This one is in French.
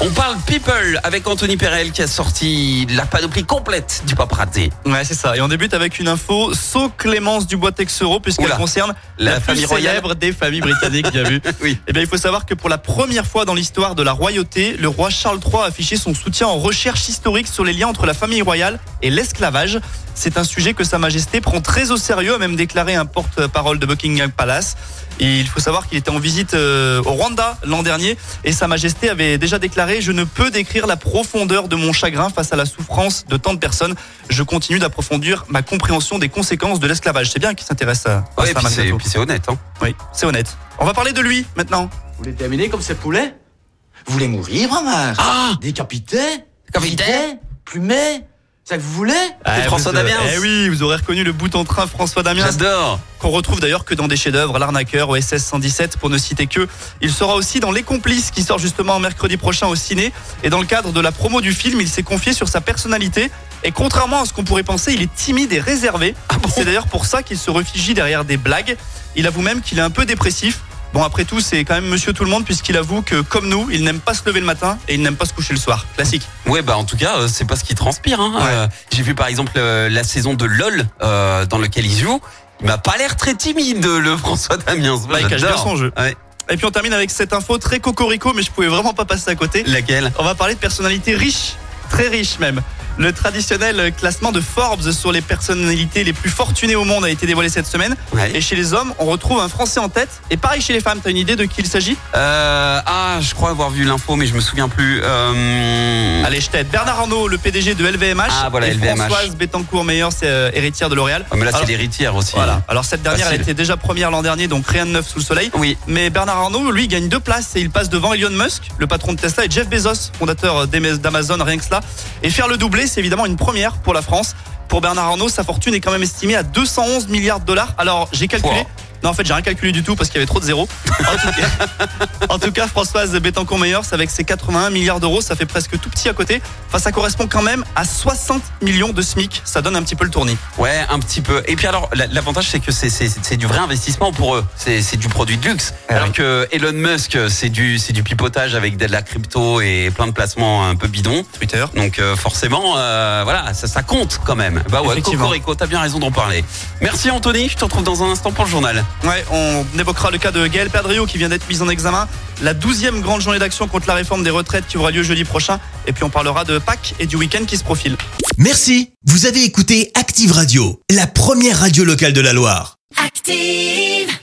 On parle people avec Anthony Perel qui a sorti la panoplie complète du paparazzi. Ouais, c'est ça. Et on débute avec une info, saut Clémence Dubois-Texereau, puisqu'elle Oula. concerne La la, famille famille royale. célèbre des familles britanniques, bien vu. Oui. Eh bien, il faut savoir que pour la première fois dans l'histoire de la royauté, le roi Charles III a affiché son soutien en recherche historique sur les liens entre la famille royale et l'esclavage. C'est un sujet que Sa Majesté prend très au sérieux, a même déclaré un porte-parole de Buckingham Palace. Et il faut savoir qu'il était en visite euh, au Rwanda l'an dernier et Sa Majesté avait déjà déclaré Je ne peux décrire la profondeur de mon chagrin face à la souffrance de tant de personnes. Je continue d'approfondir ma compréhension des conséquences de l'esclavage. Ah, C'est bien qu'il s'intéresse à, à Ouais, et ça, puis c'est- malgré tout. puis c'est honnête. Hein. Oui, c'est honnête. On va parler de lui maintenant. Vous voulez terminer comme ces poulets Vous voulez mourir, Omar Ah Décapité Décapité vidé, Plumé C'est ça que vous voulez C'est François vous, euh, Damiens. Eh oui, vous aurez reconnu le bout en train François Damiens, J'adore. qu'on retrouve d'ailleurs que dans des chefs-d'œuvre, L'Arnaqueur, OSS 117, pour ne citer que. Il sera aussi dans Les Complices, qui sort justement mercredi prochain au ciné. Et dans le cadre de la promo du film, il s'est confié sur sa personnalité. Et contrairement à ce qu'on pourrait penser, il est timide et réservé. C'est d'ailleurs pour ça qu'il se réfugie derrière des blagues. Il avoue même qu'il est un peu dépressif. Bon, après tout, c'est quand même monsieur tout le monde, puisqu'il avoue que, comme nous, il n'aime pas se lever le matin et il n'aime pas se coucher le soir. Classique. Ouais, bah en tout cas, euh, c'est pas ce qui transpire. Hein. Ouais. Euh, J'ai vu par exemple euh, la saison de LOL euh, dans lequel il joue. Il m'a pas l'air très timide, le François Damiens. Moi, Bah, il cache bien j'adore. son jeu. Ouais. Et puis on termine avec cette info très cocorico, mais je pouvais vraiment pas passer à côté. Laquelle On va parler de personnalités riches, très riches même. Le traditionnel classement de Forbes sur les personnalités les plus fortunées au monde a été dévoilé cette semaine. Ouais. Et chez les hommes, on retrouve un Français en tête. Et pareil chez les femmes, t'as une idée de qui il s'agit Euh, ah, je crois avoir vu l'info, mais je me souviens plus. Euh... Allez, je t'aide. Bernard Arnault, le PDG de LVMH. Ah, voilà, et LVMH. Françoise Bettencourt-Meyer, c'est euh, héritière de L'Oréal. ah, mais là, c'est Alors- l'héritière aussi. Voilà. Alors cette dernière, elle Facile. était déjà première l'an dernier, donc rien de neuf sous le soleil. Oui. Mais Bernard Arnault, lui, gagne deux places et il passe devant Elon Musk, le patron de Tesla, et Jeff Bezos, fondateur d'Amaz- d'Amazon, rien que cela. Et faire le doublé, c'est évidemment une première pour la France. Pour Bernard Arnault, sa fortune est quand même estimée à 211 milliards de dollars. Alors, j'ai calculé. Wow. Non, en fait, j'ai rien calculé du tout parce qu'il y avait trop de zéros. En tout cas, en tout cas Françoise Bettencourt-Meyers, avec ses 81 milliards d'euros, ça fait presque tout petit à côté. Enfin, ça correspond quand même à 60 millions de SMIC. Ça donne un petit peu le tournis. Ouais, un petit peu. Et puis alors, la- l'avantage, c'est que c'est- c'est c'est du vrai investissement pour eux. C'est c'est du produit de luxe. Ah alors oui. que Elon Musk, c'est du, c'est du pipotage avec de la crypto et plein de placements un peu bidons. Twitter. Donc euh, forcément, euh, voilà, ça, ça compte quand même. Bah ouais, Effectivement. Cocorico, t'as bien raison d'en parler. Merci Anthony, je te retrouve dans un instant pour le journal. Ouais, on évoquera le cas de Gaël Perdriau qui vient d'être mis en examen. La 12e grande journée d'action contre la réforme des retraites qui aura lieu jeudi prochain. Et puis on parlera de Pâques et du week-end qui se profile. Merci, vous avez écouté Active Radio, la première radio locale de la Loire. active.